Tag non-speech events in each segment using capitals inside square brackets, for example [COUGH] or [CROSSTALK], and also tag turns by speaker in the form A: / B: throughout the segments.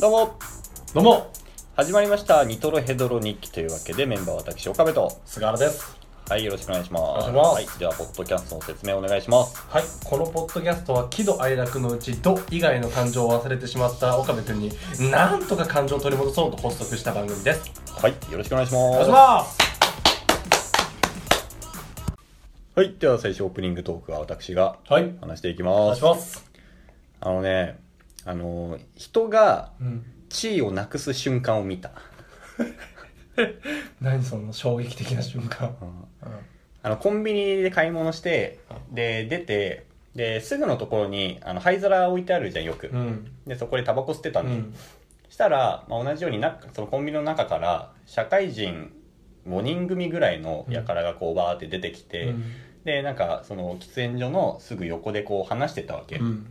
A: どうも
B: どうも
A: 始まりました「ニトロヘドロ日記」というわけでメンバーは私岡部と
B: 菅原です
A: はいよろしくお願いします
B: お願
A: はい
B: します
A: い、ではポッドキャストの説明お願いします
B: はいこのポッドキャストは喜怒哀楽のうち「ど」以外の感情を忘れてしまった岡部君になんとか感情を取り戻そうと発足した番組です
A: はいよろしくお願いします
B: お願いします
A: はいでは最初オープニングトークは私が
B: はいお
A: 話していき
B: 願
A: ま
B: い
A: す
B: します
A: あのねあの人が
B: うん
A: 地位をなくす瞬間を見た
B: 何その衝撃的な瞬間
A: あのコンビニで買い物してで出てですぐのところにあの灰皿置いてあるじゃんよく、
B: ん
A: でそこでタバコ吸ってた
B: うん
A: だよ、
B: ん
A: したら、まあ、同じようになんかそのコンビニの中から社会人5人組ぐらいの輩がこうバーって出てきて、でなんかその喫煙所のすぐ横でこう話してたわけ、
B: うん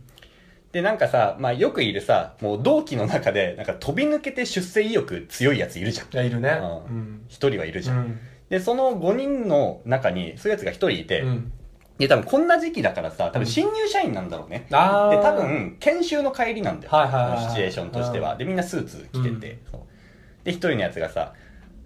A: でなんかさ、まあ、よくいるさもう同期の中でなんか飛び抜けて出世意欲強いやついるじゃん
B: いやいるね
A: う
B: うん
A: 一人はいるじ
B: う
A: ゃん、
B: ん
A: でその5人の中にそういうやつが一人いて、
B: うん
A: で多分こんな時期だからさ多分新入社員なんだろうね、
B: あー
A: で多分研修の帰りなんだよ、
B: はいはいはいはい
A: あのシチュエーションとしてはでみんなスーツ着てて、そうで一人のやつがさ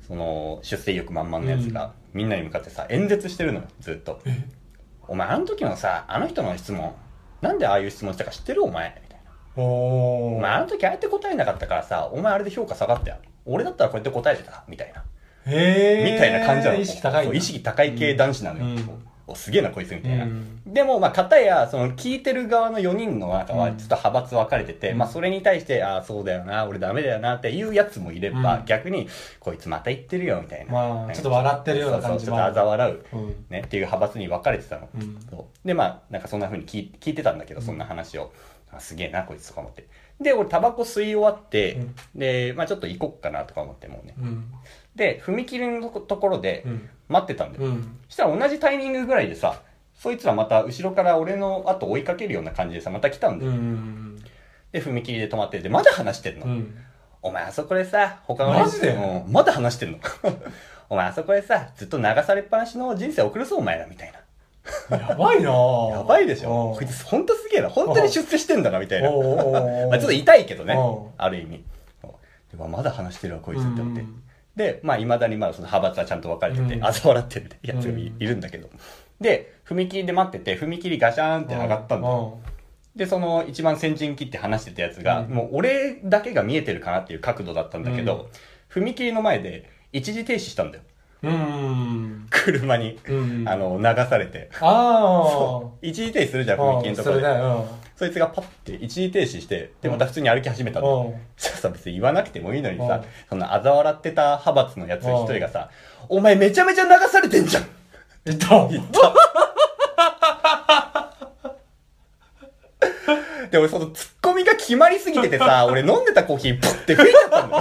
A: その出世欲満々のやつが、みんなに向かってさ演説してるのよずっと「お前あの時のさあの人の質問なんでああいう質問したか知ってるお前」みたいな「
B: お
A: お前あの時ああやって答えなかったからさお前あれで評価下がったよ俺だったらこうやって答えてた」みたいな、
B: へえ
A: みたいな感じなの
B: 意識高い
A: そ
B: な
A: う意識高い系男子なのよ、
B: うん
A: おすげえなこいつみたいな、
B: うん
A: でも、まあ、片や、その、聞いてる側の4人の中は、ちょっと派閥分かれてて、
B: うん
A: まあ、それに対して、ああ、そうだよな、俺ダメだよな、っていうやつもいれば、
B: うん
A: 逆に、こいつまた言ってるよ、みたいな。
B: まあちょっと笑ってるような感じ
A: そうそうち
B: も
A: ょ
B: あ
A: っ
B: る
A: と嘲笑う、
B: うん
A: ね、っていう派閥に分かれてたの。
B: うん
A: そうで、まあ、なんかそんな風に聞い聞いてたんだけど、そんな話を。あすげえな、こいつとか思って。で、俺、タバコ吸い終わって、
B: うん
A: で、まあ、ちょっと行こっかな、とか思って、もうね。
B: うん
A: で、踏切のとこところで
B: う、ん
A: 待ってたんだよ。
B: うん
A: そしたら同じタイミングぐらいでさ、そいつらまた後ろから俺の後追いかけるような感じでさ、また来たんだ
B: う
A: よ。
B: ん
A: で、踏切で止まってて、まだ話してんの。
B: うん
A: お前あそこでさ、他の
B: マジで
A: うんまだ話してんの。 [LAUGHS] お前あそこでさ、ずっと流されっぱなしの人生送るぞ、お前ら、みたいな。
B: やばいなぁ
A: やばいでしょ。
B: うん
A: こいつほんとすげえな。本当に出世してんだな、みたいな。
B: おうおうおうお
A: [LAUGHS]
B: う
A: まあちょっと痛いけどね
B: うん。
A: ある意味。でうわまだ話してるわ、こいつって思って
B: うんうん。
A: で、まあ、未だにまだその派閥はちゃんと分かれてて、
B: うん
A: あざ笑ってるやつがい
B: うん
A: いるんだけど。で、踏切で待ってて、踏切ガシャーンって上がったんだよ。で、その一番先陣切って話してたやつが、
B: うん
A: もう俺だけが見えてるかなっていう角度だったんだけど、踏切の前で一時停止したんだよ。
B: うんうん
A: 車に、
B: うん
A: あの、流されて。
B: ああ
A: [LAUGHS] 一時停止するじゃん、
B: う
A: 踏
B: ん
A: 切のとこ
B: そ
A: ろ
B: れ
A: で。
B: ね
A: そいつがパッて一時停止して、で、
B: うん
A: また普通に歩き始めたんだよ。
B: うんうん
A: そしたらさ、別に言わなくてもいいのに
B: う
A: さ
B: ん、
A: そのあざ笑ってた派閥のやつ一人がさ、お前めちゃめちゃ流されてんじゃん
B: いた
A: で、俺そのツッコミが決まりすぎててさ、俺飲んでたコーヒーポッて吹いちゃったんだ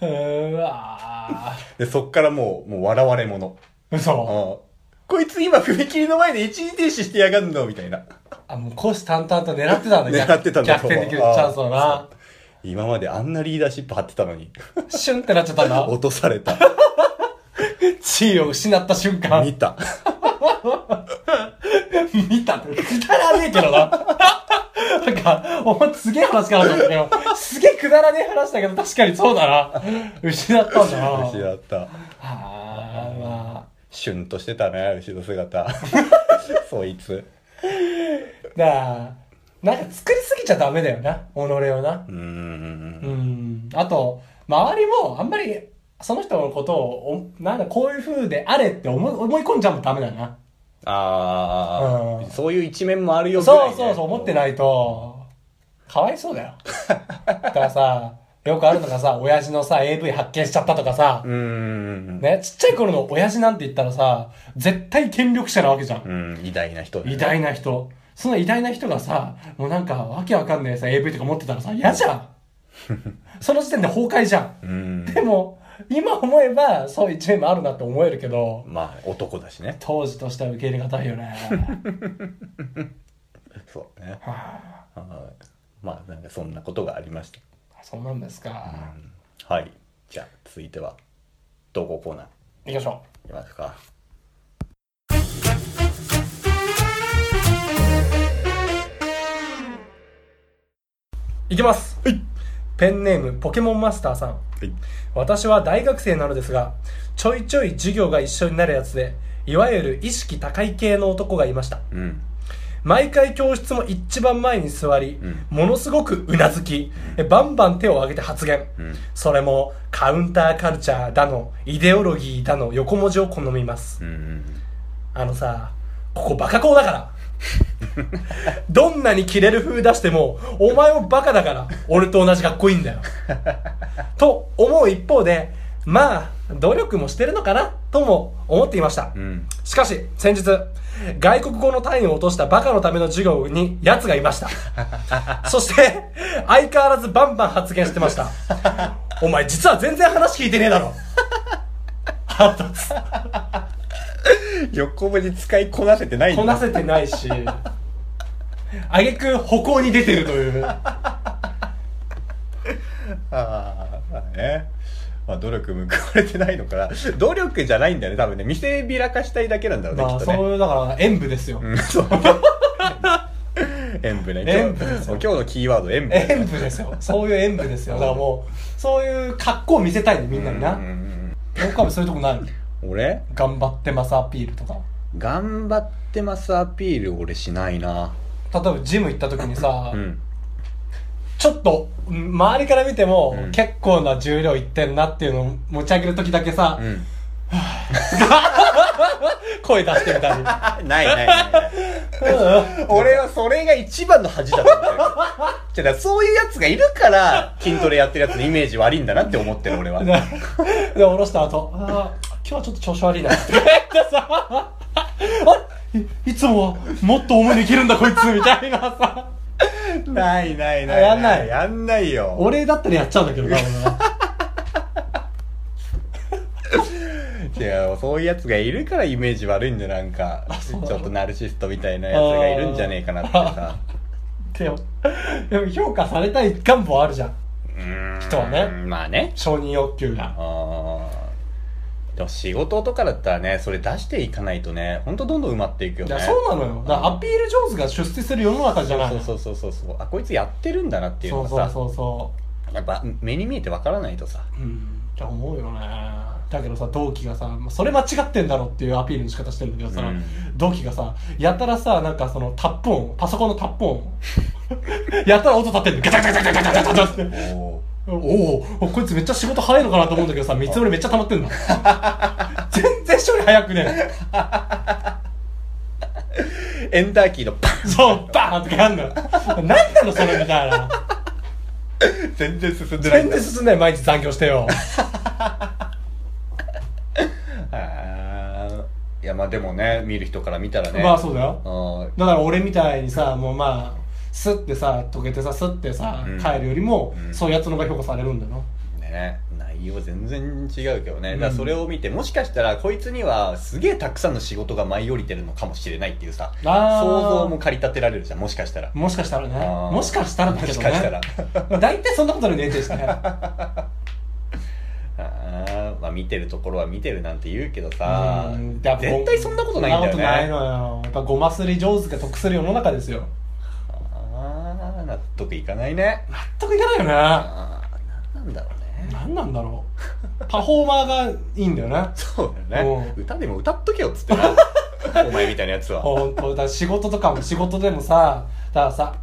A: よ。
B: [LAUGHS] うわ
A: で、そっからもう、もう笑われ者。
B: ぁ
A: あ
B: 嘘
A: あこいつ今踏切の前で一時停止してやがんのみたいな。
B: あもう虎視眈々と狙ってたんだ
A: 狙ってたんだ
B: 逆転できる
A: そ
B: チ
A: う
B: ャンスを
A: あ
B: な
A: 今まであんなリーダーシップ張ってたのに、
B: シュンってなっちゃったんだ
A: 落とされた。
B: 地位を失った瞬間
A: 見た。
B: [LAUGHS] 見たってくだらねえけどな [LAUGHS] なんかお前すげえ話かなと思ったけどすげえくだらねえ話だけど確かにそうだな失ったんだな
A: 失った。
B: あーま
A: シュンとしてたね、後ろ
B: [LAUGHS]
A: 姿。そいつ。
B: あだからなんか作りすぎちゃダメだよな己をな
A: うーん。
B: うんあと周りもあんまりその人のことをおなんだこういう風であれって思い思い込んじゃもダメだよな
A: あ
B: うん
A: あ、そういう一面もあるよぐらいね
B: そうそうそう思ってないとかわいそうだよだからさよくあるのがさ親父のさ AV 発見しちゃったとかさ
A: う、ーん。
B: ねちっちゃい頃の親父なんて言ったらさ絶対権力者なわけじゃん、
A: うん、偉大な人だね
B: 偉大な人その偉大な人がさもうなんかわけわかんないさ AV とか持ってたらさ嫌じゃんその時点で崩壊じゃん
A: うん。
B: でも、今思えば、そういう一面もあるなって思えるけど、
A: まあ、男だしね。
B: 当時としては受け入れがたいよね。
A: [LAUGHS] そうね。はい。まあ、なんかそんなことがありました。
B: そうなんですか。
A: はい。じゃあ、続いては、投稿コーナー
B: 行きましょ
A: いきますか。
B: いきます。ペンネーム、ポケモンマスターさん。
A: はい
B: 私は大学生なのですが、ちょいちょい授業が一緒になるやつで、いわゆる意識高い系の男がいました。
A: うん
B: 毎回教室も一番前に座り、
A: うん
B: ものすごくうなずき、えバンバン手を挙げて発言。
A: うん
B: それも、カウンターカルチャーだの、イデオロギーだの、横文字を好みます。
A: うんうん
B: あのさ、ここバカ校だから。 [LAUGHS] どんなにキレる風出しても、お前もバカだから、俺と同じかっこいいんだよ。と思う一方で、まあ、努力もしてるのかな、とも思っていました
A: う。ん
B: しかし、先日、外国語の単位を落としたバカのための授業に奴がいました。
A: [LAUGHS]
B: そして、相変わらずバンバン発言してました。お前実は全然話聞いてねえだろ。腹立つ
A: 横文字使いこなせてないんだ
B: こなせてないしあげく歩行に出てるという
A: ああ、まあね。まあ、努力報われてないのかな。努力じゃないんだよね、多分ね。見せびらかしたいだけなんだろうね、
B: まあ
A: きっと
B: そう
A: ね。
B: いうだから演舞ですよ、
A: うん、そう。 [LAUGHS] 演舞ね。今
B: 演舞
A: 日
B: ですよ
A: 今日のキーワード、演舞。
B: 演舞ですよそういう演舞ですよだからもうそういう格好を見せたいねみんなにな
A: うんうんうん
B: 岡部そういうとこないの
A: 俺
B: 頑張ってますアピールとか
A: 頑張ってますアピール俺しないな。
B: 例えばジム行った時にさ、
A: うん。
B: ちょっとうん周りから見ても、
A: うん
B: 結構な重量いってんなっていうのを持ち上げる時だけさ、
A: うん。
B: [LAUGHS] 声出してみたり
A: [LAUGHS] ないないない。
B: うん
A: [LAUGHS] 俺はそれが一番の恥だと思ってる。 [LAUGHS] じゃあだからそういうやつがいるから、筋トレやってるやつのイメージ悪いんだなって思ってる俺は。
B: [LAUGHS] で、で下ろした後、ああ、今日はちょっと調子悪いな。 [LAUGHS] って言ってさ、あいいつもはもっと重いできるんだこいつ、みたいなさ。
A: [LAUGHS] ないないない。
B: やんない
A: やんないよ。
B: 俺だったらやっちゃうんだけどな、俺 [LAUGHS] は。
A: いやそういうやつがいるからイメージ悪いんでなんかち
B: そうなの
A: ょっとナルシストみたいなやつがいるんじゃねえかなってさ
B: でも、でも評価されたい願望あるじゃん。
A: うーん
B: 人はね
A: まあね
B: 承認欲求が。
A: あーでも仕事とかだったらねそれ出していかないとねほんとどんどん埋まっていくよ
B: い
A: ね
B: や、そうなのよ。だからアピール上手が出世する世の中じゃない。
A: そうそうそうそうそうあこいつやってるんだなっていうの
B: そう
A: が
B: そう
A: さ
B: そうそ
A: やっぱ目に見えてわからないとさ
B: う。うん、って思うよね。だけどさ、同期がさ、まあそれ間違ってんだろっていうアピールの仕方してんだけどさ、
A: うん
B: 同期がさ、やたらさ、なんかそのタップ音、パソコンのタップ音、 [LAUGHS] やたら音立ってんの、ガチャガチャガチャガチャガチャガチャって。
A: おー
B: おお、こいつめっちゃ仕事早いのかなと思うんだけどさ、見積もりめっちゃ溜
A: [LAUGHS]
B: まってんの。全然処理早くね。
A: エンターキーのパン [LAUGHS]
B: そう、バーンとかやんのよ。なんなのそれみたいな。
A: 全然進んでない
B: 全
A: んだ
B: 然進んない毎日残業してよ。
A: あーいやまあでもね見る人から見たら [LAUGHS] ね
B: まあそうだよ。
A: あー
B: だから俺みたいにさもうまあスッてさ溶けてさスッてさ、
A: うん
B: 帰るよりも、
A: うん
B: そういうやつの方が評価されるんだよな
A: ね、内容全然違うけどね、
B: うん
A: だからそれを見てもしかしたらこいつにはすげえたくさんの仕事が舞い降りてるのかもしれないっていうさ
B: あー
A: 想像も駆り立てられるじゃんもしかしたら
B: もしかしたらね
A: あー
B: もしかしたらだ
A: も
B: け
A: し
B: ど
A: かしたら [LAUGHS]
B: ね大体そんなことにねえですね
A: あー、まあ、見てるところは見てるなんて言うけどさ
B: うんやっぱ
A: 絶対そんなことないんだよ
B: そんなことない
A: ね
B: のよやっぱごますり上手が得する世の中ですよ
A: ああ納得いかないね
B: 納得いかないよ
A: ああなんだろうね
B: ね何なんだろ
A: [LAUGHS]
B: うパフォーマーがいいんだよね
A: そうだよね
B: う
A: 歌でも歌っとけよっつって
B: [LAUGHS]
A: なお前みたいなやつは
B: 本当だから仕事とかも仕事でもさだからさ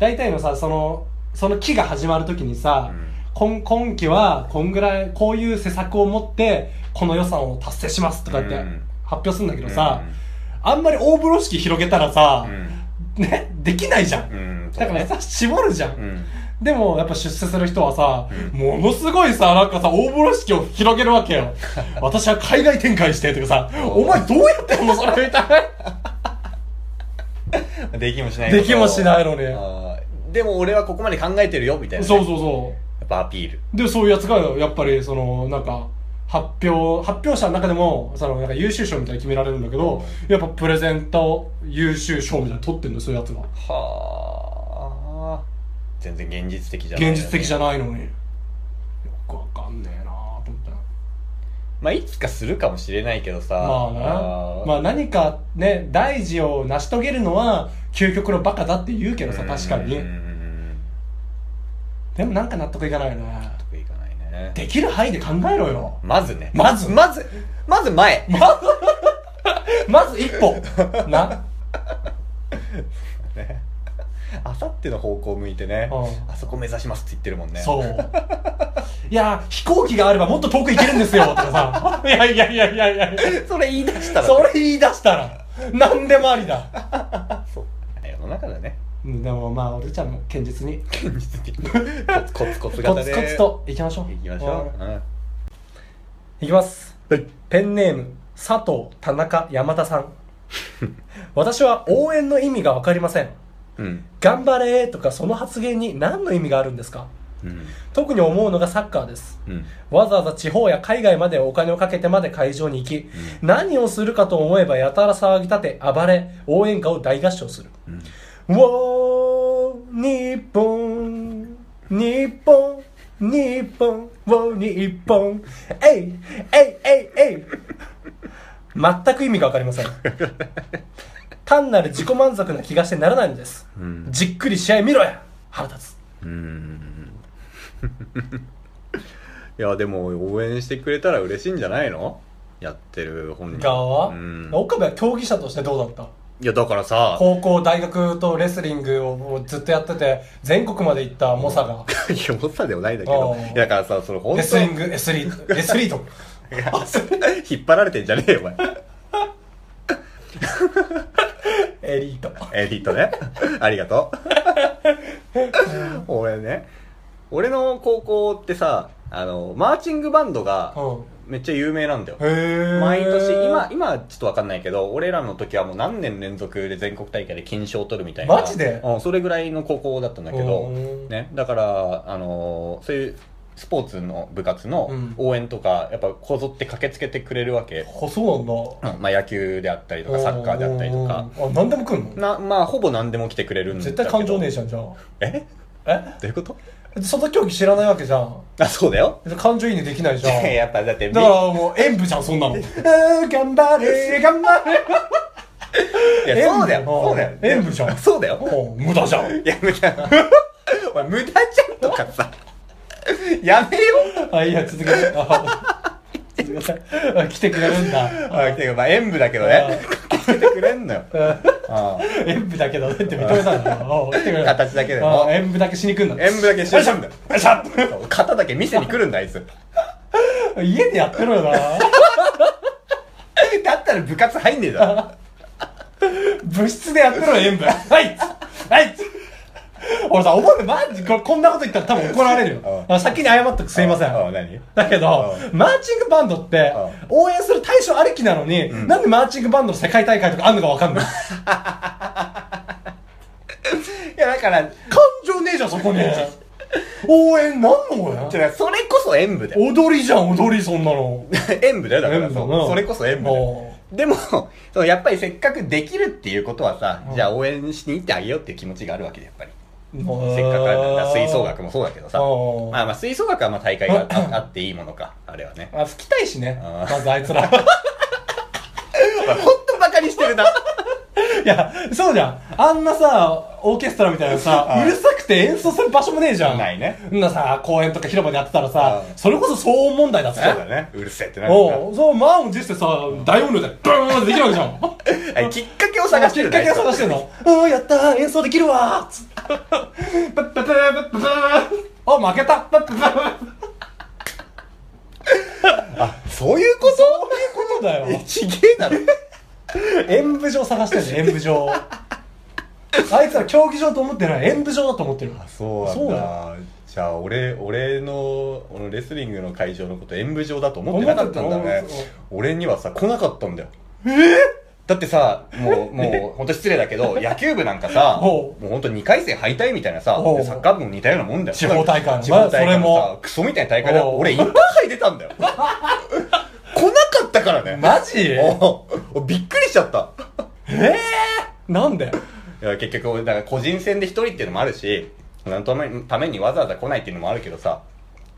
B: 大体のさそのその期が始まるときにさ、
A: うん
B: 今今期はこんぐらいこういう施策を持ってこの予算を達成しますとかって
A: うん
B: 発表するんだけどさ、あんまり大風呂敷広げたらさ
A: う、ん
B: ねできないじゃん、
A: うん、うん、
B: だからさ絞るじゃん、
A: うん
B: でもやっぱ出世する人はさ、
A: う
B: ものすごいさなんかさ大風呂敷を広げるわけ
A: [LAUGHS]
B: よ私は海外展開してとかさお前どうやってんのそれみたいな
A: できもしないの
B: できもしないのに
A: あーでも俺はここまで考えてるよみたいなね、
B: そうそうそ
A: やっぱアピール
B: う。で、そういうやつが、やっぱり、その、なんか、発表、発表者の中でも、その、なんか優秀賞みたいに決められるんだけど、やっぱプレゼント優秀賞みたいなの取ってんだよ、そういうやつが。
A: はあ全然現実的じゃない、
B: 現実的じゃ
A: い、
B: ないのに。よくわかんねえなぁと思ったな
A: まあ、いつかするかもしれないけどさ
B: まあな。ま
A: あ
B: あ何かね、大事を成し遂げるのは、究極のバカだって言うけどさ、確かに。
A: うん
B: でもなんか納得いかないよね
A: 得意いかないね
B: できる範囲で考えろよ
A: まずね
B: まず
A: まずまず前
B: まず一歩な
A: あさっての方向向いてね、
B: うん
A: あそこ目指しますって言ってるもんね
B: そういや飛行機があればもっと遠く行けるんですよとかさ [LAUGHS] いやいやいやいやいや
A: それ言い出したら
B: それ言い出したら何でもありだ
A: そう世の中だね
B: うんでもまあ俺ちゃんも堅実に
A: 現実的にコツコツコツ
B: コ
A: 型
B: ツ
A: で
B: コツと行きましょう
A: い
B: い
A: きましょう、うん
B: いきます、ペンネーム佐藤田中山田さん [LAUGHS] 私は応援の意味が分かりません
A: うん
B: 頑張れーとかその発言に何の意味があるんですか
A: うん
B: 特に思うのがサッカーです
A: うん
B: わざわざ地方や海外までお金をかけてまで会場に行き、何をするかと思えばやたら騒ぎ立て暴れ応援歌を大合唱する
A: うん
B: 「ウォー日本日本日本ウォー日本えいえいえいえい」全く意味がわかり
A: [LAUGHS]
B: ません単なる自己満足な気がしてならないのです、
A: うん
B: じっくり試合見ろや腹立つ
A: うんいやでも応援してくれたら嬉しいんじゃないのやってる本人
B: 側
A: う
B: は、
A: ん、
B: 岡部は競技者としてどうだった
A: いやだからさ
B: 高校大学とレスリングをもうずっとやってて全国まで行った猛者が
A: いや、持ってたでもないんだけど
B: あ。ー
A: いやだからさ、その本
B: レス
A: 当
B: リ
A: に
B: ングエスリートエスリート
A: 引っ張られてんじゃねえよ、お前。
B: [LAUGHS] エリート
A: エリート
B: [LAUGHS]
A: ね。ありがとう。俺ね、俺の高校ってさ、あの、マーチングバンドが
B: う
A: めっちゃ有名なんだよ
B: ん。へえ
A: 毎年、今、今はちょっとわかんないけど、俺らの時はもう何年連続で全国大会で金賞を取るみたいな。
B: マジで
A: うん、それぐらいの高校だったんだけど、ね、だから、あのーそういうスポーツの部活の
B: うん
A: 応援とか、やっぱこぞって駆けつけてくれるわけ。
B: あそう
A: うんまあ、野球であったりと
B: な
A: かサッ
B: んだ
A: カーであったりとか
B: うんあ何でも来んの
A: なまあほぼ何でも来てくれるんだけ
B: 絶
A: ど
B: 対感情ねえじゃんじゃあ
A: え
B: え
A: どういうこと
B: その競技知らないわけじゃん
A: あそうだよ
B: 感情移入できないじ
A: [LAUGHS]
B: ゃん
A: やっぱだって
B: だからもう演舞じゃんそん [LAUGHS] なの頑張れ頑張れ
A: いやそうだよ
B: 演舞
A: そうだよ
B: 演舞じゃん
A: そうだよ
B: おう無駄じゃん
A: いや無駄お前無駄じゃんとかさやめよ
B: あ、いいや、続けて。あ続 [LAUGHS] けてあ来てくれるんだ。
A: あてかまあ演舞だけどね駆けつけてくれんのよああ
B: [LAUGHS] 演舞だけどねって認めたんだ
A: [LAUGHS]
B: よ。お来てくれる
A: 形だけでも
B: あ演舞だけしに来んだ。
A: 演舞だけし
B: よいしょ
A: んだよいしょ肩だけ見せに来るんだあいつ
B: 家でやってろよな。 [LAUGHS]
A: だったら部活入んねえだろ
B: 部室でやってろよ、演舞。 [LAUGHS] はいはい俺さ、思うの、マジ、これこんなこと言ったら多分怒られるよ。
A: うん
B: あ先に謝っとく、すいませ
A: ああ
B: ん。
A: 何
B: だけど、マーチングバンドって
A: う、
B: 応援する対象ありきなのに、
A: ん
B: なんでマーチングバンドの世界大会とかあんのかわかんない。
A: いやだから
B: 感情ねえじゃん、そこに。応援なんのこれ
A: 違うそれこそ演舞だよ
B: 踊りじゃん踊りそんなの
A: 演舞だよだからそ
B: 演舞だな
A: うそれこそ演舞だよでもそうやっぱりせっかくできるっていうことはさ
B: うん
A: じゃあ応援しに行ってあげようっていう気持ちがあるわけでやっぱり
B: せっ
A: せっかくあるんだから吹奏楽もそうだけどさ
B: うん
A: まあまあ吹奏楽はまあ大会がああっていいものかあれはね
B: あ吹きたいしね
A: あ
B: ま
A: ー
B: ずあいつら
A: まあ
B: [LAUGHS]
A: ほんとバカにしてる [LAUGHS] な
B: いやそうじゃんあんなさオーケストラみたいなさ
A: あ
B: うるさくて演奏する場所もねえじゃん
A: ないね
B: んなさ公園とか広場でやってたら
A: あ
B: さそれこそ騒音問題だっ
A: そ
B: て
A: うだねうるせえってなるな
B: おうそう満を持してさ大音量でブーンってできるわけじゃん
A: あきっかけを探してる
B: きっかけを探
A: し
B: してんのうんやったー演奏できるわ
A: [LAUGHS]
B: ーつってパッパッパッパッパッパッあ負けたパッパッパッパッ
A: そういう
B: [LAUGHS]
A: こと
B: そういうことだ
A: いや
B: よ
A: ちげえだろ
B: 演舞場探してる演舞場あいつら競技場と思ってない演舞場だと思ってる
A: そうなんだじゃあ俺俺の俺のレスリングの会場のこと演舞場だと思ってなかったんだ
B: 思って
A: ね
B: たと思う
A: 俺にはさ来なかったんだよだってさもうもう本当失礼だけど
B: [LAUGHS]
A: 野球部なんかさ
B: お
A: も
B: う
A: う本当2回戦敗退みたいなさ
B: おう
A: でサッカー部も似たようなもんだよ
B: 地方大会の
A: 地方大会
B: まあそれ
A: の
B: も
A: さクソみたいな大会で
B: おう
A: 俺インターハイ出たんだ
B: [LAUGHS]
A: よ来なかったからね
B: マジえ
A: おうびっくりしちゃった
B: えー、なんで
A: いや結局俺だから個人戦で一人っていうのもあるしなんともためにわざわざ来ないっていうのもあるけどさ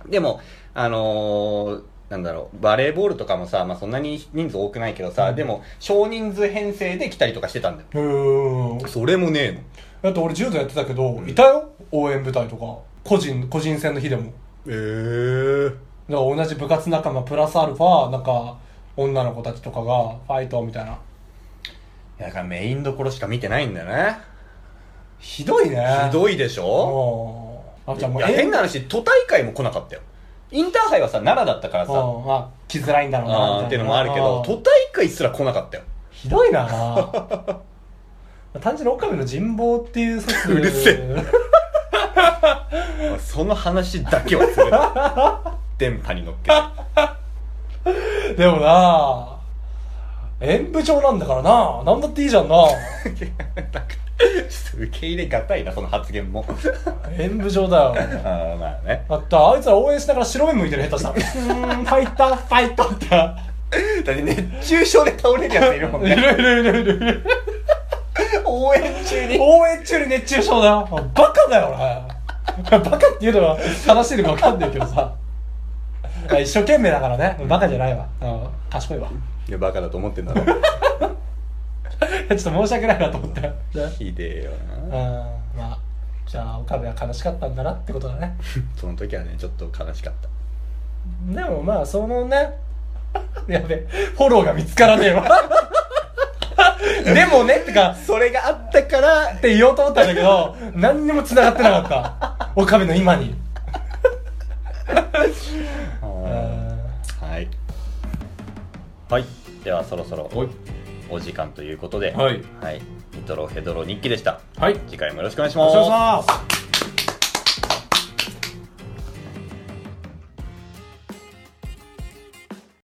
A: でもあのーなんだろうバレーボールとかもさ、まあ、そんなに人数多くないけどさ、でも少人数編成で来たりとかしてたんだよ
B: うーん
A: それもね
B: だって俺柔道やってたけど、いたよ応援部隊とか個人個人戦の日でも
A: えー、
B: だから同じ部活仲間プラスアルファなんか女の子たちとかがファイトみたいない
A: やだからメインどころしか見てないんだよね
B: ひどいね
A: ひどいでしょ
B: もうあじゃあも
A: いうや
B: え
A: 変な話都大会も来なかったよインターハイはさ奈良だったから
B: う
A: さ
B: んまあ来づらいんだろうなみたい
A: あー
B: な
A: っていうのもあるけど
B: うん
A: 都大会すら来なかったよ
B: ひどいな [LAUGHS] 単純に狼の人望っていう説
A: うるせえその話だけはする [LAUGHS] 電波に乗っけて
B: [LAUGHS] でもな演舞場なんだからな何だっていいじゃんな
A: ちょっと受け入れがたいなその発言も
B: 演舞場だよ
A: あーまあね
B: だってあいつら応援しながら白目向いてる下手したら [LAUGHS] うーんファイターファイターって
A: だって熱中症で倒れるやついるもん
B: い
A: ね
B: るいるいるいるいる
A: 応援中に
B: 応援中に熱中症だよバカだよ俺バカって言うのは正しいのか分かんないけどさ一生懸命だからねバカじゃないわ、うん、賢いわ
A: いやバカだと思ってんだろ
B: ちょっと申し訳ないなと思って、ね、
A: ひでえよ
B: うん
A: な
B: まあじゃあ岡部は悲しかったんだなってことだね
A: その時はねちょっと悲しかった
B: でもまあそのね [LAUGHS] やべフォローが見つからねえわ [LAUGHS] でもねってか
A: それがあったから
B: って言おうと思ったんだけど何にも繋がってなかった岡部の今に
A: はいはいではそろそろ
B: はい
A: お時間ということで
B: はい
A: はい、ニトロヘドロ日記でした
B: はい
A: 次回もよろしくお願いし
B: お
A: ます
B: 願いします